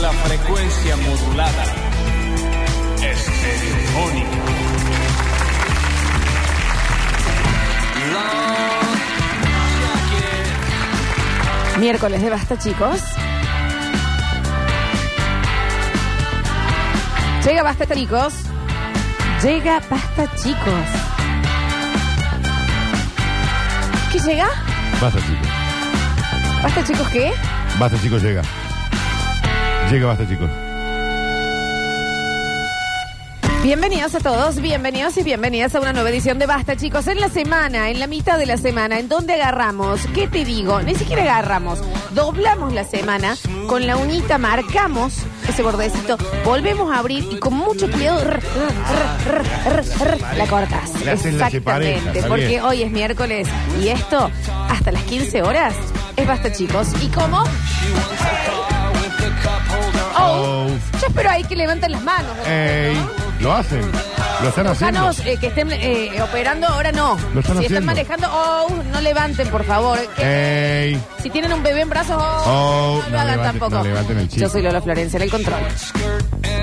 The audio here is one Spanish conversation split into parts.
la frecuencia modulada. Estereofónica. Miércoles de basta, chicos. Llega basta, chicos. Llega basta, chicos. ¿Qué llega? Basta, chicos. ¿Basta, chicos, qué? Basta, chicos, llega. Llega, basta, chicos. Bienvenidos a todos, bienvenidos y bienvenidas a una nueva edición de Basta, chicos. En la semana, en la mitad de la semana, ¿en dónde agarramos? ¿Qué te digo? Ni siquiera agarramos. Doblamos la semana, con la unita marcamos ese bordecito, volvemos a abrir y con mucho cuidado rr, rr, rr, rr, rr, la cortas. Le haces la separeja, Exactamente, está porque bien. hoy es miércoles y esto, hasta las 15 horas, es Basta, chicos. ¿Y cómo? Oh, yo espero ahí que levanten las manos. Ey, lo hacen. Lo están haciendo. Janos eh, que estén eh, operando ahora no. Lo están si están haciendo. manejando, oh, no levanten, por favor. Que- Ey. Si tienen un bebé en brazos, oh, Oh, no, lo no hagan levanten- tampoco. no levanten el chico. Yo soy Lola Florencia en el control.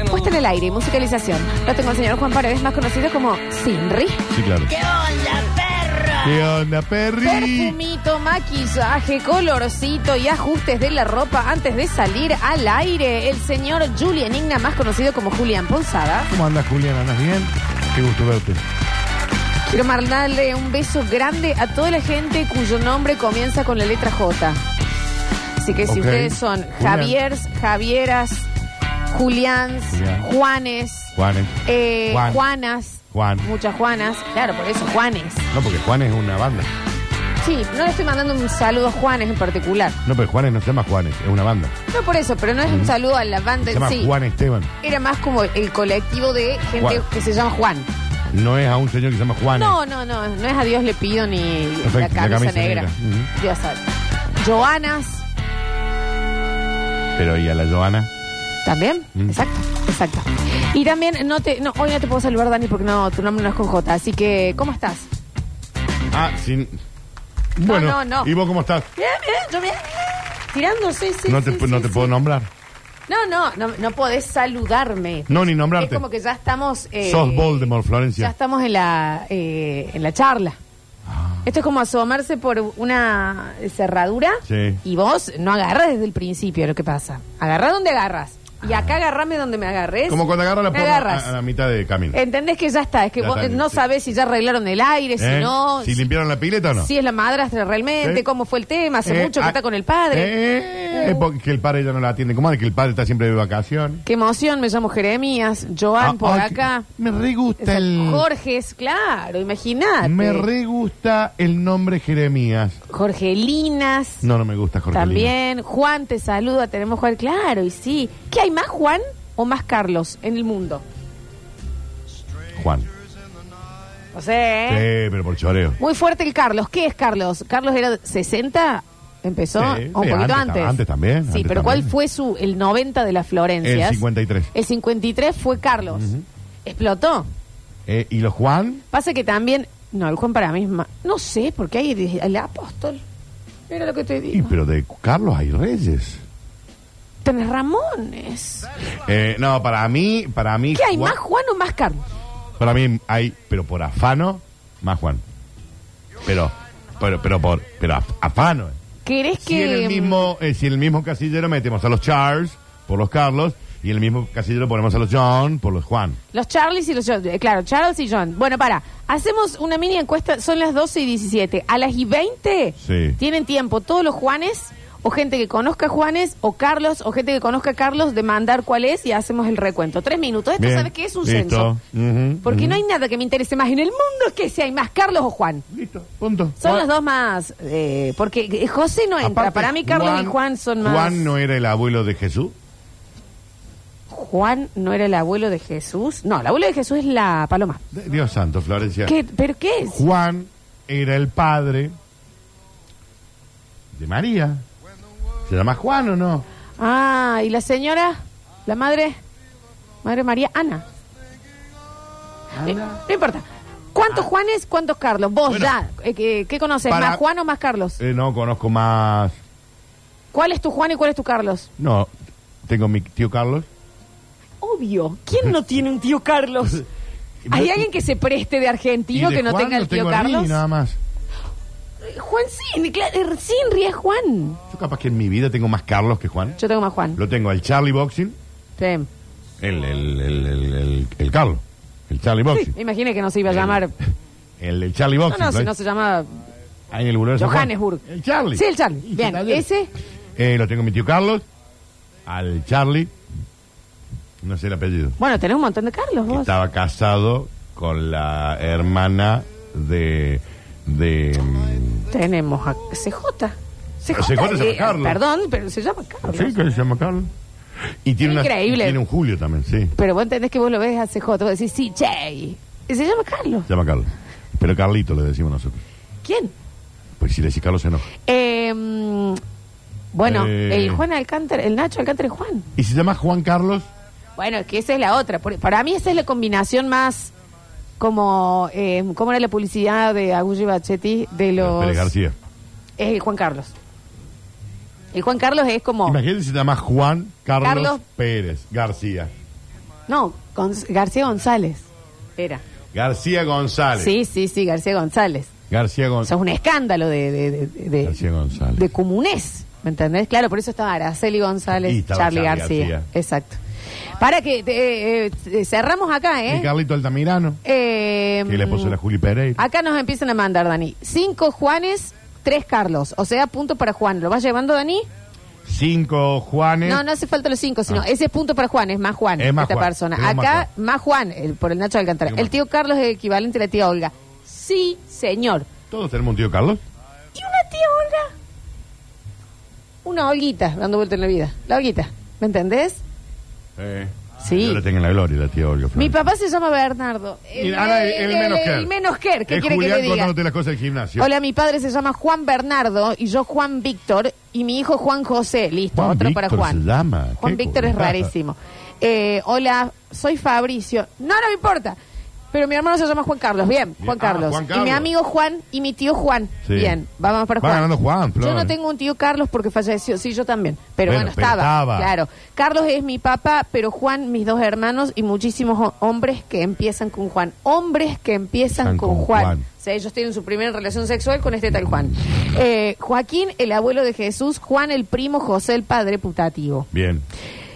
Puesta en el aire y musicalización. Lo tengo el señor Juan Paredes, más conocido como Sinri. Sí, claro. ¿Qué onda, perra? ¿Qué onda, Perry? Perfumito, maquillaje, colorcito y ajustes de la ropa antes de salir al aire. El señor Julian Igna, más conocido como Julián Ponzada. ¿Cómo andas, Julián? ¿Andas bien? Qué gusto verte. Quiero mandarle un beso grande a toda la gente cuyo nombre comienza con la letra J. Así que si Ok. ustedes son Julián. Javiers, Javieras, Juliáns, Julián. Juanes, Juanes. eh, Juan. Juanas, Juan. muchas Juanas, claro, por eso Juanes. No, porque Juan es una banda. Sí, no le estoy mandando un saludo a Juanes en particular. No, pero Juanes no se llama Juanes, es una banda. No por eso, pero no es un saludo a la banda Se en llama sí. Juan Esteban. Era más como el colectivo de gente Juan. que se llama Juan. No es a un señor que se llama Juanes. No, no, no, no es a Dios le pido ni Ah, Perfecto, la camisa, negra. negra. Dios sabe. Joanas, Pero ¿y a la Joana? también. Mm. Exacto, exacto. Y también, no te, no, hoy no te puedo saludar, Dani, porque no, tu nombre no es con J. Así que, ¿cómo estás? Ah, sin... No, no, Bueno, no. ¿y vos cómo estás? Bien, bien, yo bien. Tirando, sí, sí. no sí, te, sí, no te sí. puedo nombrar. No, no, no, no podés saludarme. No, ni es nombrarte. como que ya estamos. eh, Sos Voldemort, Ya Florencia. estamos en la, eh, en la charla. Ah. Esto es como asomarse por una cerradura Sí. y vos no agarras desde el principio lo que pasa. Agarrá donde agarras. Y acá agarrame donde me agarres. Ah. Como cuando agarra la Me porra agarras. Eh, a, a la mitad de camino. Entendés que ya está. Es que Ya vos está, no sí. sabés si ya arreglaron el aire, si ¿Eh? no. ¿Si limpiaron la pileta o no? si es la madrastra realmente, Sí. cómo fue el tema, hace Eh, mucho que ah, está con el padre. eh, eh, porque el padre ya no la atiende. ¿Cómo es que el padre está siempre de vacaciones? Qué emoción, me llamo Jeremías, Joan Ah, por ay, acá. que- Me re gusta el. Jorge es, claro, imagínate. Me re gusta el nombre Jeremías. Jorgelinas. No, no me gusta Jorge. También, Juan te saluda, tenemos Juan, claro, y sí. ¿Qué hay más Juan o más Carlos en el mundo? Lima. Juan. No sé, ¿eh? Sí, pero por choreo. Muy fuerte el Carlos. ¿Qué es Carlos? Carlos era 60, empezó Sí, o un sí, poquito antes, antes. antes también, Sí, antes pero ¿cuál también. fue su el 90 de las Florencias? El 53. El 53 fue Carlos. Explotó. Eh, ¿Y los Juan? Pasa que también, no, el Juan para mí es más, no sé, porque hay el, el apóstol. Mira lo que te Y, digo. pero de Carlos hay Reyes. Tenés Ramones. Eh, no, para mí, para mí. ¿Qué hay Juan- más Juan o más Carlos? Para mí hay, pero por afano, más Juan. Pero, pero, pero por, pero af- afano. eh. ¿Querés que Si en el mismo, eh, si en el mismo casillero metemos a los Charles por los Carlos y en el mismo casillero ponemos a los John por los Juan. mm, Los Charles y los John. Eh, Claro, Charles y John. Bueno, para. Hacemos una mini encuesta. Son las 12 y 17. A las y 20 Sí. tienen tiempo todos los Juanes o gente que conozca a Juanes o Carlos o gente que conozca a Carlos de mandar cuál es y hacemos el recuento. Tres minutos. Esto Bien. sabes que es un Listo. censo. Ujú, Porque ujú. no hay nada que me interese más en el mundo que si hay más Carlos o Juan. Listo, punto. Son Juan- los dos más. eh, porque eh, José no entra. Aparte, Para mí Carlos y Juan son más. Juan no era el abuelo de Jesús. Juan no era el abuelo de Jesús. No, el abuelo de Jesús es la paloma. De- Dios santo, Florencia. ¿Qué? ¿Pero qué es? Juan era el padre de María. ¿Se llama Juan o no? Ah, y la señora, la madre, madre María Ana. Eh, no importa. ¿Cuántos Juanes, cuántos Carlos? Vos Ah. Bueno. ya, eh, ¿qué, qué conoces? Para- ¿Más Juan o más Carlos? Eh, no, conozco más. ¿Cuál es tu Juan y cuál es tu Carlos? No, Tengo mi tío Carlos. Obvio. ¿Quién no tiene un tío Carlos? ¿Hay alguien que se preste de ¿Y argentino de que no Juan? tenga el Lo tío tengo a Rini, Carlos? Eh, nada más. Juan Sinri, claro, eh, Sinri es Juan. Yo capaz que en mi vida tengo más Carlos que Juan. Yo tengo más Juan. Lo tengo al Charlie Boxing, Sí. el, el, el, el, el- el Carlos. El Charlie Boxing. Me imaginé que no se iba a llamar. El, el Charlie No, Boxing. no, lo si hay- no se llama. Ahí en el Boulevard de San Juan. Johannesburg. El Charlie. Sí, el Charlie. Y su Bien, taller. ese. Eh, lo tengo mi tío Carlos. Al Charlie. No sé el apellido. Bueno, tenés un montón de Carlos que vos. estaba casado con la hermana de. de mm, Tenemos a CJ. CJ, CJ se llama eh, Carlos. Perdón, pero se llama Carlos. sí, que se llama Carlos. Y tiene, una- Increíble. tiene un Julio también, sí. Pero vos entendés que vos lo ves a CJ. Vos decís, sí, Jay. Y se llama Carlos. Se llama Carlos. Pero Carlito le decimos nosotros. ¿Quién? Pues si le decís Carlos se enoja. Eh, mm, bueno, Eh. el Juan Alcántara, el Nacho Alcántara es Juan. ¿Y se llama Juan Carlos? Bueno, es que esa es la otra. Por- Para mí esa es la combinación más como eh, cómo era la publicidad de Agulli Bachetti de los Pérez García. es el Juan Carlos. El Juan Carlos es como Imagínate si se llama Juan Carlos, Carlos. Pérez García. no Gonz- García González era. García González. Sí, sí, sí, García González. García O sea, González. es un escándalo de de, de, de- García González. de comunés, ¿me entendés? Claro, por eso estaba Araceli González, Y estaba Charlie Charly García. García. Exacto. Para que eh, eh, eh, cerramos acá, Y ¿eh? Carlito Altamirano, eh que le puso la Juli Pereira. Acá nos empiezan a mandar, Dani. Cinco Juanes, tres Carlos. O sea, punto para Juan. ¿Lo vas llevando, Dani? Cinco Juanes. No, no hace falta los cinco, sino Ah. ese es punto para Juan, es más Juan, Es más esta Juan, persona. tengo más Acá, más Juan, el- por el Nacho Alcántara. Tengo El más tío Carlos es el equivalente a la tía Olga. Sí, señor. Todos tenemos un tío Carlos. ¿Y una tía Olga? Una Olguita, dando vuelta en la vida. La Olguita, ¿me entendés? Eh, Sí. Yo la tengo en la gloria, la tía Olga. Flores. Mi papá se llama Bernardo. Y ahora el, el menos care. el menos care, ¿qué Es quiere Julián que le diga? contándote las cosas del gimnasio. Hola, mi padre se llama Juan Bernardo y yo Juan Víctor y mi hijo Juan José. Listo, Juan otro para Víctor Juan. se llama. Juan Qué Víctor es cosa. rarísimo. Eh, hola, soy Fabricio. No, no me importa. Pero mi hermano se llama Juan Carlos. Bien, Juan, Ah, Carlos. Juan Y mi Carlos. amigo Juan y mi tío Juan. Sí. Bien, vamos para Va Juan. ganando Juan, Flor. Yo no tengo un tío Carlos porque falleció. Sí, yo también. Pero bueno, Bueno, pero estaba, estaba. Claro. Carlos es mi papá, pero Juan, mis dos hermanos y muchísimos ho- hombres que empiezan con Juan. Hombres que empiezan Están con, con Juan. Juan. O sea, ellos tienen su primera relación sexual con este tal Juan. Eh, Joaquín, el abuelo de Jesús. Juan, el primo. José, el padre putativo. Bien.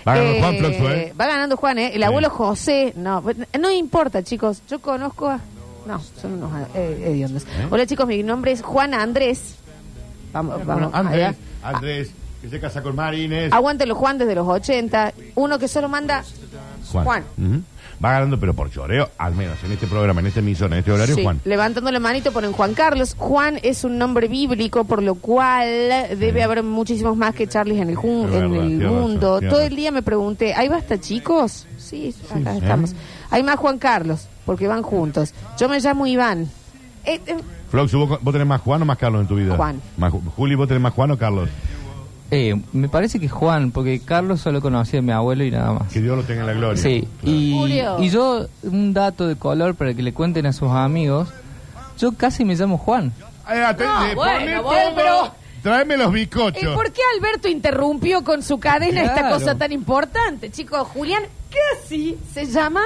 Va ganando Eh, Juan Floxo, ¿eh? Va ganando Juan, ¿eh? El abuelo José. No, no importa, chicos. Yo conozco a. No, son unos eh, hediondos. Hola, chicos. Mi nombre es Juan Andrés. Vamos, Bueno, vamos. ahí Andrés, va. Andrés, que se casa con Marines. Aguántelo, Juan, desde los 80. Uno que solo manda. Juan. Ujú. Va ganando, pero por choreo, al menos en este programa, en este emisor, en este horario, Sí, Juan. Levantando la manito ponen Juan Carlos. Juan es un nombre bíblico, por lo cual debe haber muchísimos más que Charlie en el, jun- Es en verdad, el tiene razón, mundo. tiene Todo razón. el día me pregunté, ¿hay basta chicos? Sí, acá sí. estamos. Hay más Juan Carlos, porque van juntos. Yo me llamo Iván. Eh, eh, Floxo, ¿vos, vos tenés más Juan o más Carlos en tu vida? Juan. Más Ju- Juli, ¿vos tenés más Juan o Carlos? Eh, me parece que Juan, porque Carlos solo conocía a mi abuelo y nada más. Que Dios lo tenga en la gloria. Eh, Sí, y, Julio. y yo, un dato de color para que le cuenten a sus amigos, yo casi me llamo Juan. Eh, atende, No, poné Ah, bueno, todo, bueno, pero- Tráeme los eh, bizcochos. ¿Por qué Alberto interrumpió con su cadena esta Claro. cosa tan importante? Chicos, Julián casi se llama...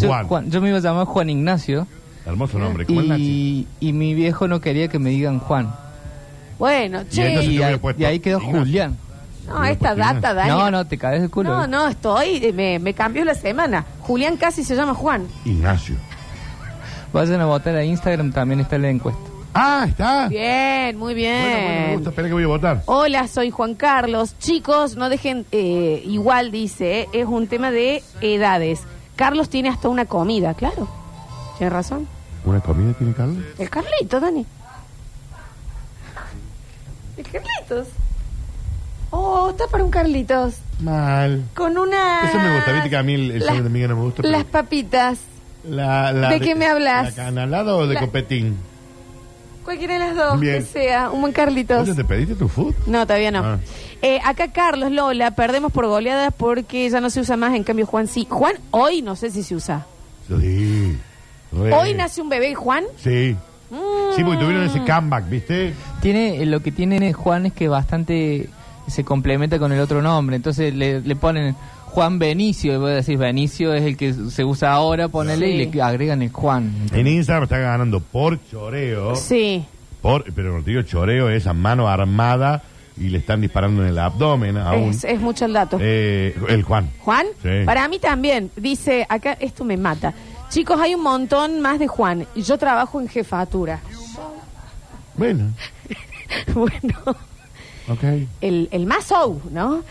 Yo, Juan. yo me iba a llamar Juan Ignacio Hermoso nombre, como el Nachi. y, y mi viejo no quería que me digan Juan. Bueno, entonces che. Y, yo- a- hubiera puesto y ahí quedó Ignacio. Julián. No, esta data, Dani. No, no, te caes de culo. No, no, estoy, eh, me, me cambió la semana. Julián casi se llama Juan. Ignacio. Vayan a votar a Instagram, también está la encuesta. Ah, está. Bien, muy Bueno, bueno, me bien. gusta. Espera que voy a votar. Hola, soy Juan Carlos. Chicos, no dejen, eh, igual dice, eh, es un tema de edades. Carlos tiene hasta una comida, claro. Tienes razón. ¿Una comida tiene Carlos? El Carlito, Dani. El Carlitos. Oh, está para un Carlitos. Mal. Con una... Eso me gusta, viste que a mí el- el Las- sabor de miga no me gusta, pero- Las papitas. La- la ¿De qué me hablas? ¿La canalada o de La- copetín? Cualquiera de las dos, Bien. que sea. Un buen Carlitos. Oye, ¿Te pediste tu food? No, todavía no. Ah. Eh, acá Carlos, Lola, perdemos por goleadas porque ya no se usa más, en cambio Juan sí. Juan hoy no sé si se usa. Sí. Re. Hoy nace un bebé, Juan. Sí. Mm. Sí, porque tuvieron ese comeback, ¿viste? Tiene, eh, lo que tiene Juan es que bastante y se complementa con el otro nombre. Entonces le, le ponen Juan Benicio, y vos decís Benicio es el que se usa ahora, ponele, y Sí. le agregan el Juan. En Instagram está ganando por choreo. Sí. Por, pero cuando te digo choreo es a mano armada y le están disparando en el abdomen aún. Es, es mucho el dato. Eh, el Juan. Juan, Sí. para mí también. Dice, acá esto me mata. Chicos, hay un montón más de Juan. Y yo trabajo en jefatura. Bueno, bueno, ok. el, el más show, ¿no?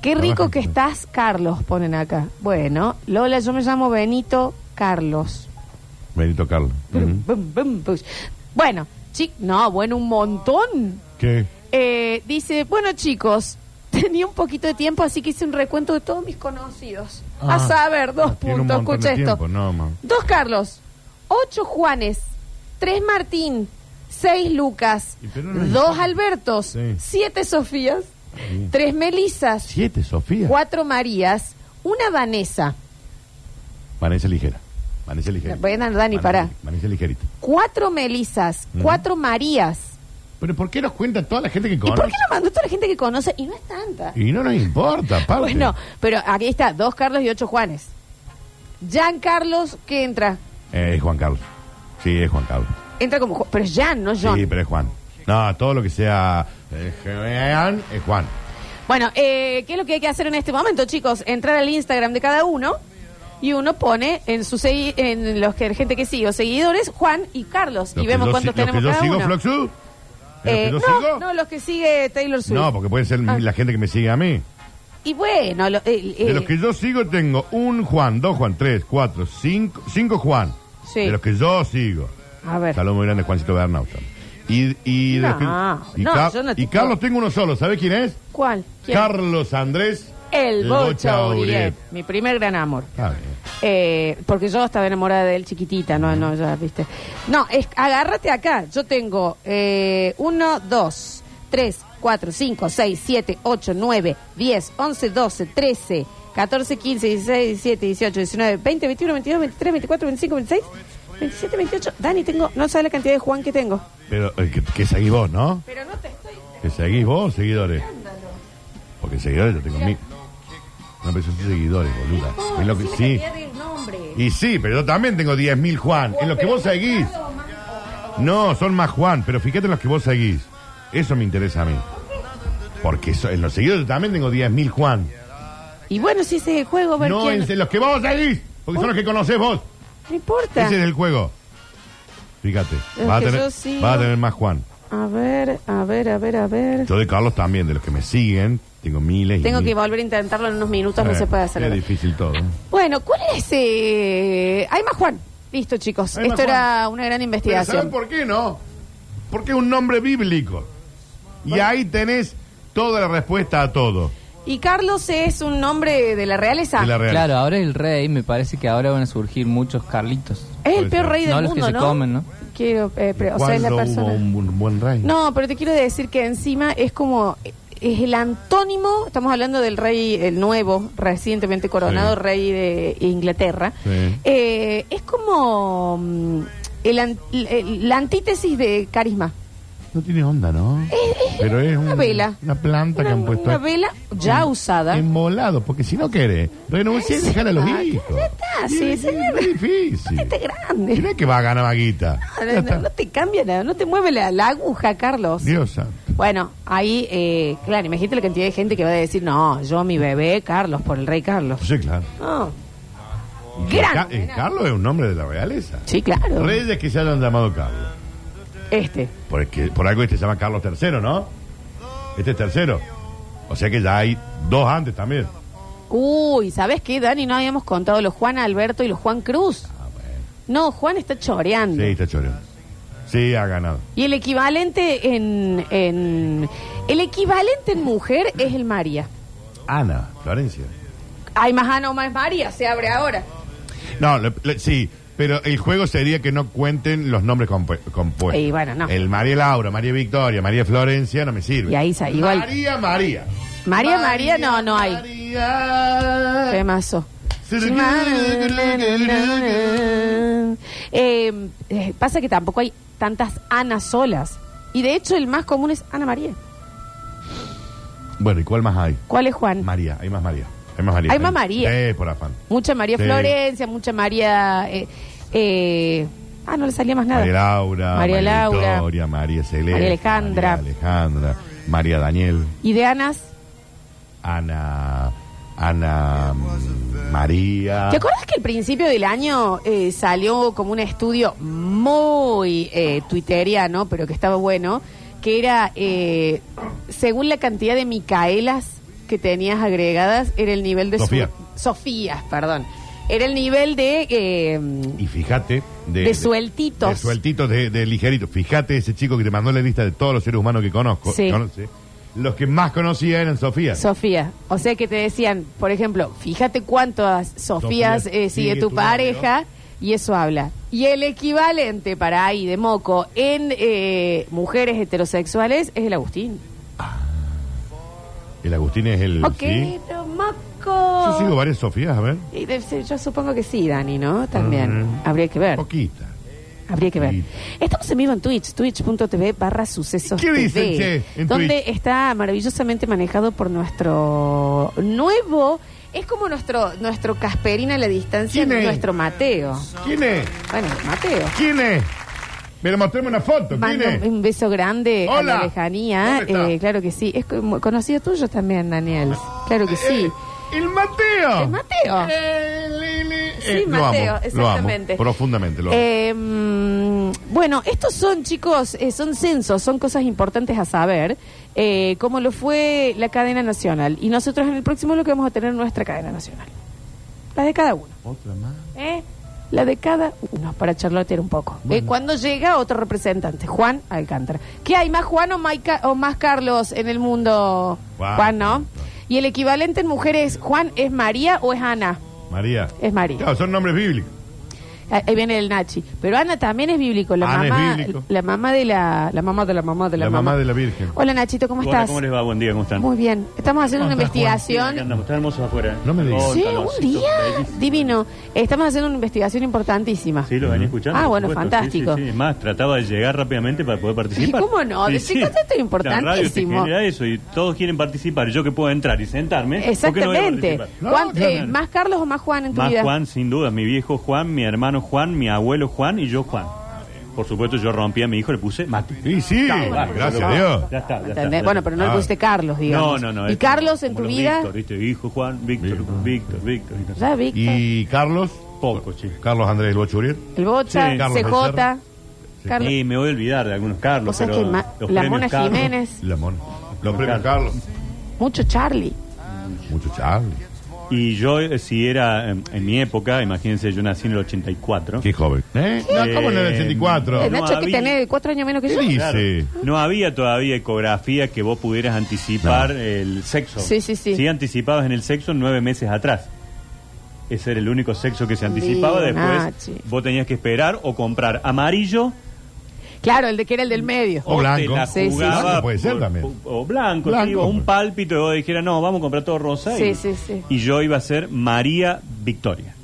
Qué rico Ah. que estás, Carlos, ponen acá. Bueno, Lola, yo me llamo Benito Carlos. Benito Carlos. Brum, Ujú. bum, bum, bus. Bueno, chic, no, bueno, un montón. ¿Qué? Eh, dice, bueno chicos, tenía un poquito de tiempo, así que hice un recuento de todos mis conocidos. Ah. a saber, dos Tiene un puntos, montón escucha de esto. tiempo, no, ma. Dos Carlos, ocho Juanes, tres Martín, seis Lucas, Y pero no es- dos Albertos, Sí. siete Sofías, Sí. tres Melisas, Siete, Sofía. cuatro Marías, una Vanessa, Vanessa ligera. Vanessa ligera. Voy a andar, Dani, pará. Vanessa ligerita. cuatro Melisas, Ujú. cuatro Marías. Pero ¿por qué nos cuenta toda la gente que ¿Y conoce? por qué lo mandó toda la gente que conoce? Y no es tanta. Y no nos importa, aparte. Bueno, pero aquí está, dos Carlos y ocho Juanes. Jan Carlos, que entra? Eh, es Juan Carlos. Sí, es Juan Carlos. Entra como Ju- pero es Jan, no John. Sí, pero es Juan. No, todo lo que sea eh, Jean es Juan. Bueno, eh, ¿qué es lo que hay que hacer en este momento, chicos? Entrar al Instagram de cada uno y uno pone en su segui- en los que gente que sigue o seguidores Juan y Carlos Lo y que vemos yo cuántos si- lo tenemos que yo cada sigo, uno. Floxu. ¿Lo Eh, que yo sigo? no, no, los que sigue Taylor Swift. No, porque puede ser Ah. Eh. la gente que me sigue a mí. Y bueno, lo- el- De el- los que yo sigo tengo un Juan, dos Juan, tres, cuatro, cinco, cinco Juan. Sí. De los que yo sigo. a ver. Saludos muy grande Juancito Bernau. también. Y, y, de los No, que- y, no, Ca- yo no te y Carlos tengo uno solo, ¿sabes quién es? ¿Cuál? ¿Quién? Carlos eh. Andrés. el Bocha Uriet. Uriet, mi primer gran amor. Está bien. Eh, porque yo estaba enamorada de él chiquitita, no, no, ya, viste. No, es, agárrate acá. Yo tengo eh, uno, dos, tres, cuatro, cinco, seis, siete, ocho, nueve, diez, once, doce, trece, catorce, quince, dieciséis, diecisiete, dieciocho, diecinueve, veinte, veintiuno, veintidós, veintitrés, veinticuatro, veinticinco, veintiséis, veintisiete, veintiocho. Dani, tengo, no sabes la cantidad de Juan que tengo. Pero eh, que, que seguís vos, ¿no? Pero no te estoy. Que seguís vos, seguidores. Porque seguidores yo tengo mil. No, pero son seguidores, boluda. Es lo que, sí. Y sí, pero yo también tengo 10.000 Juan. En los que vos seguís. No, son más Juan, pero fíjate en los que vos seguís. Eso me interesa a mí. Porque eso- en los seguidores yo también tengo 10.000 Juan. Y bueno, si ese es el juego, a ver No quién. en en los que vos seguís. Porque son los que conocés vos. No importa. Ese es el juego. Fíjate. Los Vas a que tener, yo sigo. vas a tener más Juan. A ver, a ver, a ver, a ver. Yo de Carlos también, de los que me siguen, tengo miles. y Tengo que miles. volver a intentarlo en unos minutos, no Eh, se puede hacer. Es ahora. difícil todo. ¿eh? Bueno, ¿cuál es? eh? Hay más Juan. Listo, chicos. Hay más Esto era una gran Pero ¿saben investigación. por qué no? Porque es un nombre bíblico. Y ahí tenés toda la respuesta a todo. Y Carlos es un nombre de la realeza. de la realidad. Claro, ahora el rey, me parece que ahora van a surgir muchos Carlitos. Es el Puede peor ser. rey del No, los que mundo, se ¿no? comen, ¿no? Quiero, eh, pero, o sea, es la ¿Cuándo hubo persona. un, bu- buen rey? No, pero te quiero decir que encima es como eh, es el antónimo. Estamos hablando del rey, el nuevo, recientemente coronado Sí. rey de Inglaterra. Sí. Eh, es como mm, el an- el- la antítesis de carisma. No tiene onda, ¿no? Pero es una un- vela. Una planta que Una- han puesto. una ahí. Mm. vela ya En- usada. Envolado, porque si no querés, renuncia y dejar a los Ah, hijos. ya está, sí, Y- y- ese es difícil. Este Y no grande. es que va a ganar vaguita. No, Ya no, está. no te cambia nada, no te mueve la, la aguja, Carlos. Dios santo. Bueno, ahí, eh, claro, imagínate la cantidad de gente que va a decir, no, yo mi bebé, Carlos, por el rey Carlos. Sí, claro. No. Y Gran Ca- eh, Carlos es un nombre de la realeza. Sí, claro. Reyes que se hayan llamado Carlos. Este. Porque por algo este se llama Carlos III, ¿no? Este es tercero. O sea que ya hay dos antes también. Uy, ¿sabes qué, Dani? No habíamos contado los Juan Alberto y los Juan Cruz. Ah, bueno. No, Juan está choreando. Sí, está choreo. Sí, ha ganado. Y el equivalente en, en- El equivalente en mujer es el María. Ana, Florencia. Hay más Ana o más María, se abre ahora. No, le- le- sí, pero el juego sería que no cuenten los nombres compu- compuestos. Y bueno, no. El María Laura, María Victoria, María Florencia, no me sirve. Y ahí sa- igual- María, María. María, María, no, no hay. María. Temazo. Eh, eh, pasa que tampoco hay tantas Anas solas. Y de hecho el más común es Ana María. Bueno, ¿y cuál más hay? ¿Cuál es Juan? María, hay más María. Hay más María. Hay más María. Eh, por afán. mucha María Sí. Florencia, mucha María. eh, eh, ah, no le salía más nada. María Laura, María Laura. Victoria, María Celeste, María Alejandra. María Alejandra, María Daniel, ¿Y de Anas? Ana, Ana mm, María. ¿Te acuerdas que al principio del año eh, salió como un estudio muy eh, tuiteriano, pero que estaba bueno, que era, eh, según la cantidad de Micaelas que tenías agregadas, era el nivel de... su- Sofía. Sofías, perdón. Era el nivel de... eh, Y fíjate. De, De sueltitos. De sueltitos, de, de ligeritos. Fíjate ese chico que te mandó la lista de todos los seres humanos que conozco. Sí. conoce. Los que más conocía eran Sofía. Sofía, o sea que te decían, por ejemplo, fíjate cuántas Sofías Sofía eh, sigue sigue tu tu pareja y eso habla. Y el equivalente para ahí de moco en eh, mujeres heterosexuales es el Agustín. El Agustín es el. ok, ¿sí? pero Yo sigo moco. varias Sofías, a ver. Y debe ser- Yo supongo que sí, Dani, ¿no? También. Mm. Habría que ver. Poquita. Habría que ver. Sí. Estamos en vivo en Twitch, twitch.tv barra sucesos. ¿Qué TV, dicen, che, en donde Twitch? está maravillosamente manejado por nuestro nuevo, es como nuestro, nuestro Casperina a la distancia, ¿Quién es? nuestro Mateo. ¿Quién es? Bueno, Mateo. ¿Quién es? Pero mostrame una foto. ¿Quién Mando es? un beso grande a la Hola. lejanía. ¿Dónde está? Eh, claro que sí. Es como- conocido tuyo también, Daniel. Claro que sí. Eh, el Mateo. El Mateo. El, el, el- Sí, eh, lo Mateo, amo, exactamente. Lo amo, profundamente lo amo. Eh, mm, bueno, estos son, chicos, eh, son censos, son cosas importantes a saber, eh, como lo fue la cadena nacional. Y nosotros en el próximo lo que vamos a tener nuestra cadena nacional. La de cada uno, Otra más. ¿eh? La de cada uno, para charlotear un poco. Eh, cuando llega otro representante, Juan Alcántara. ¿Qué hay, más Juan o, Maica- o más Carlos en el mundo? Juan. Juan, ¿no? Y el equivalente en mujeres, Juan, ¿es María o es Ana? María. Es María. Claro, son nombres bíblicos. Ah, Ahí viene el Nachi. Pero Ana también es bíblico. La Ana es mamá, bíblico. la mamá de la, la mamá de la mamá de la, La mamá de la Virgen. Hola Nachito, ¿cómo Hola, estás? ¿cómo les va? Buen día, ¿cómo están? Muy bien. Estamos haciendo una ¿Cómo estás, Juan? Acá investigación. andamos, está hermoso afuera. No me digas. Oh, Sí, está un calorcito, día bellísimo. divino. Estamos haciendo una investigación importantísima. Sí, lo venía escuchando. Ah, por bueno, supuesto. fantástico. Sí, sí, sí. Es más, trataba de llegar rápidamente para poder participar. ¿Y cómo no? De chicos, esto es La radio te importantísimo. genera eso y todos quieren participar. Y yo que puedo entrar y sentarme. ¿por qué no voy a Exactamente. participar? No, Juan, claro. eh, ¿Más Carlos o más Juan en tu Más vida? Juan, sin duda. Mi viejo Juan, mi hermano Juan, mi abuelo Juan y yo Juan. Por supuesto, yo rompí a mi hijo, le puse Mati. Sí, sí. Claro, gracias claro. a Dios. Ya está, ya está. ¿Entendés? ya Bueno, está. pero no le Ah. pusiste Carlos, digamos. No, no, no. ¿Y es Carlos en tu como los vida? Víctor, ¿viste? Hijo Juan, Víctor, Víctor. Víctor, Víctor. Víctor. Ya, Víctor. Y Carlos. Poco, chicos. Carlos Andrés Luachuriel. El Bocha, Sí. Carlos CJ, Becerra. Carlos. Y me voy a olvidar de algunos Carlos, Vos sabés pero que ma- los la premios Mona Carlos- Jiménez, La mona. Los premios Carlos. mucho Charlie. Mucho Charlie. Y yo, eh, si era em, en, mi época, imagínense, yo nací en el 84. Qué joven. ¿Eh? No, ¿Cómo en el 84? Eh, no Nacho, que había- tenés cuatro años menos que ¿Qué yo. Claro. dice? No había todavía ecografía que vos pudieras anticipar el sexo. Sí, sí, sí. Sí anticipabas en el sexo nueve meses atrás. Ese era el único sexo que se anticipaba. Digo, Después Nachi. vos tenías que esperar o comprar amarillo Claro, el de que era el del medio. O blanco. te la Sí, sí, jugaba Blanco puede ser por- también. O blanco, Blanco. sí, o un pálpito y vos dijeras, no, vamos a comprar todo rosa. y, Sí, sí, sí. y yo iba a ser María Victoria.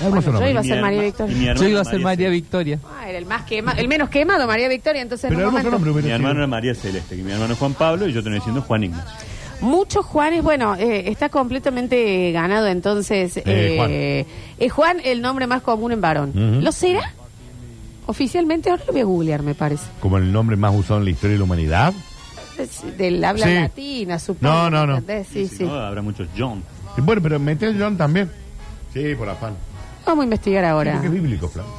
Hermoso Bueno, yo nombre. iba a Mi ser herma- María Victoria. y mi hermana Yo iba a ser María Celeste. Victoria. Ah, era el más quemado, el menos quemado, María Victoria, entonces Pero en un hermoso momento. nombre. hubiera Mi sido. hermano era María Celeste, que mi hermano es Juan Pablo y yo estoy diciendo Juan Ignacio. Muchos Juanes, bueno, eh, está completamente ganado entonces. Eh, eh, Juan. Juan. el nombre más común en varón. Ujú. ¿Lo será? Oficialmente ahora lo voy a googlear, me parece. Como el nombre más usado en la historia de la humanidad. Es Del habla Sí. latina, supongo. No, no, no. ¿entendés? Sí, Y sí. si no, habrá muchos John. Y Bueno, pero mete el John también. Sí, por afán. Vamos a investigar ahora. Porque es bíblico, Flavio.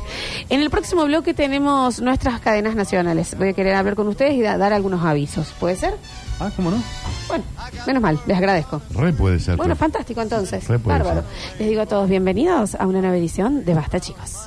En el próximo bloque tenemos nuestras cadenas nacionales. Voy a querer hablar con ustedes y da- dar algunos avisos. ¿Puede ser? Ah, ¿cómo no? Bueno, menos mal, les agradezco. Re puede ser. Bueno, Flavio. fantástico entonces. Re puede Bárbaro. Les digo a todos bienvenidos a una nueva edición de Basta, chicos.